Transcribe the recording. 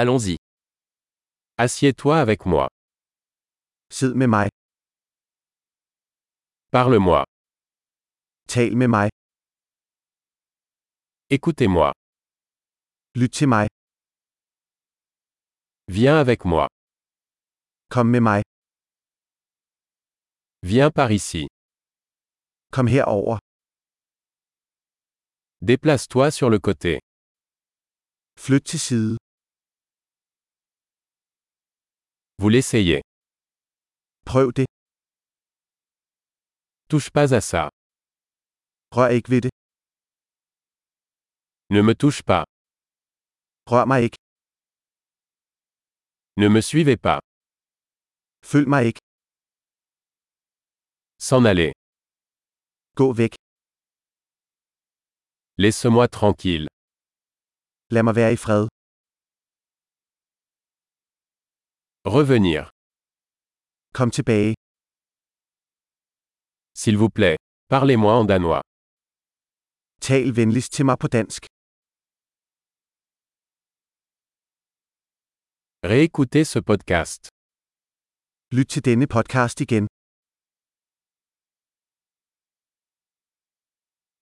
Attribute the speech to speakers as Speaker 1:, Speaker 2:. Speaker 1: Allons-y. Assieds-toi avec moi.
Speaker 2: Sid med mig.
Speaker 1: Parle-moi.
Speaker 2: Tal med mig.
Speaker 1: Écoutez-moi.
Speaker 2: Lyt til mig.
Speaker 1: Viens avec moi.
Speaker 2: Kom med mig.
Speaker 1: Viens par ici.
Speaker 2: Kom herover.
Speaker 1: Déplace-toi sur le côté.
Speaker 2: Flyt til side.
Speaker 1: Vous l'essayez.
Speaker 2: Prøv det.
Speaker 1: Touche pas à ça.
Speaker 2: Rør ikke ved det.
Speaker 1: Ne me touche pas.
Speaker 2: Rør mig ikke.
Speaker 1: Ne me suivez pas.
Speaker 2: Følg mig ikke.
Speaker 1: S'en aller.
Speaker 2: Gå væk.
Speaker 1: Laisse-moi tranquille.
Speaker 2: Lad mig være i fred.
Speaker 1: Revenir.
Speaker 2: Kom tilbage.
Speaker 1: S'il vous plaît. Parlez-moi en danois.
Speaker 2: Tal venligst til mig på dansk.
Speaker 1: Réécoutez ce podcast.
Speaker 2: Lyt til denne podcast igen.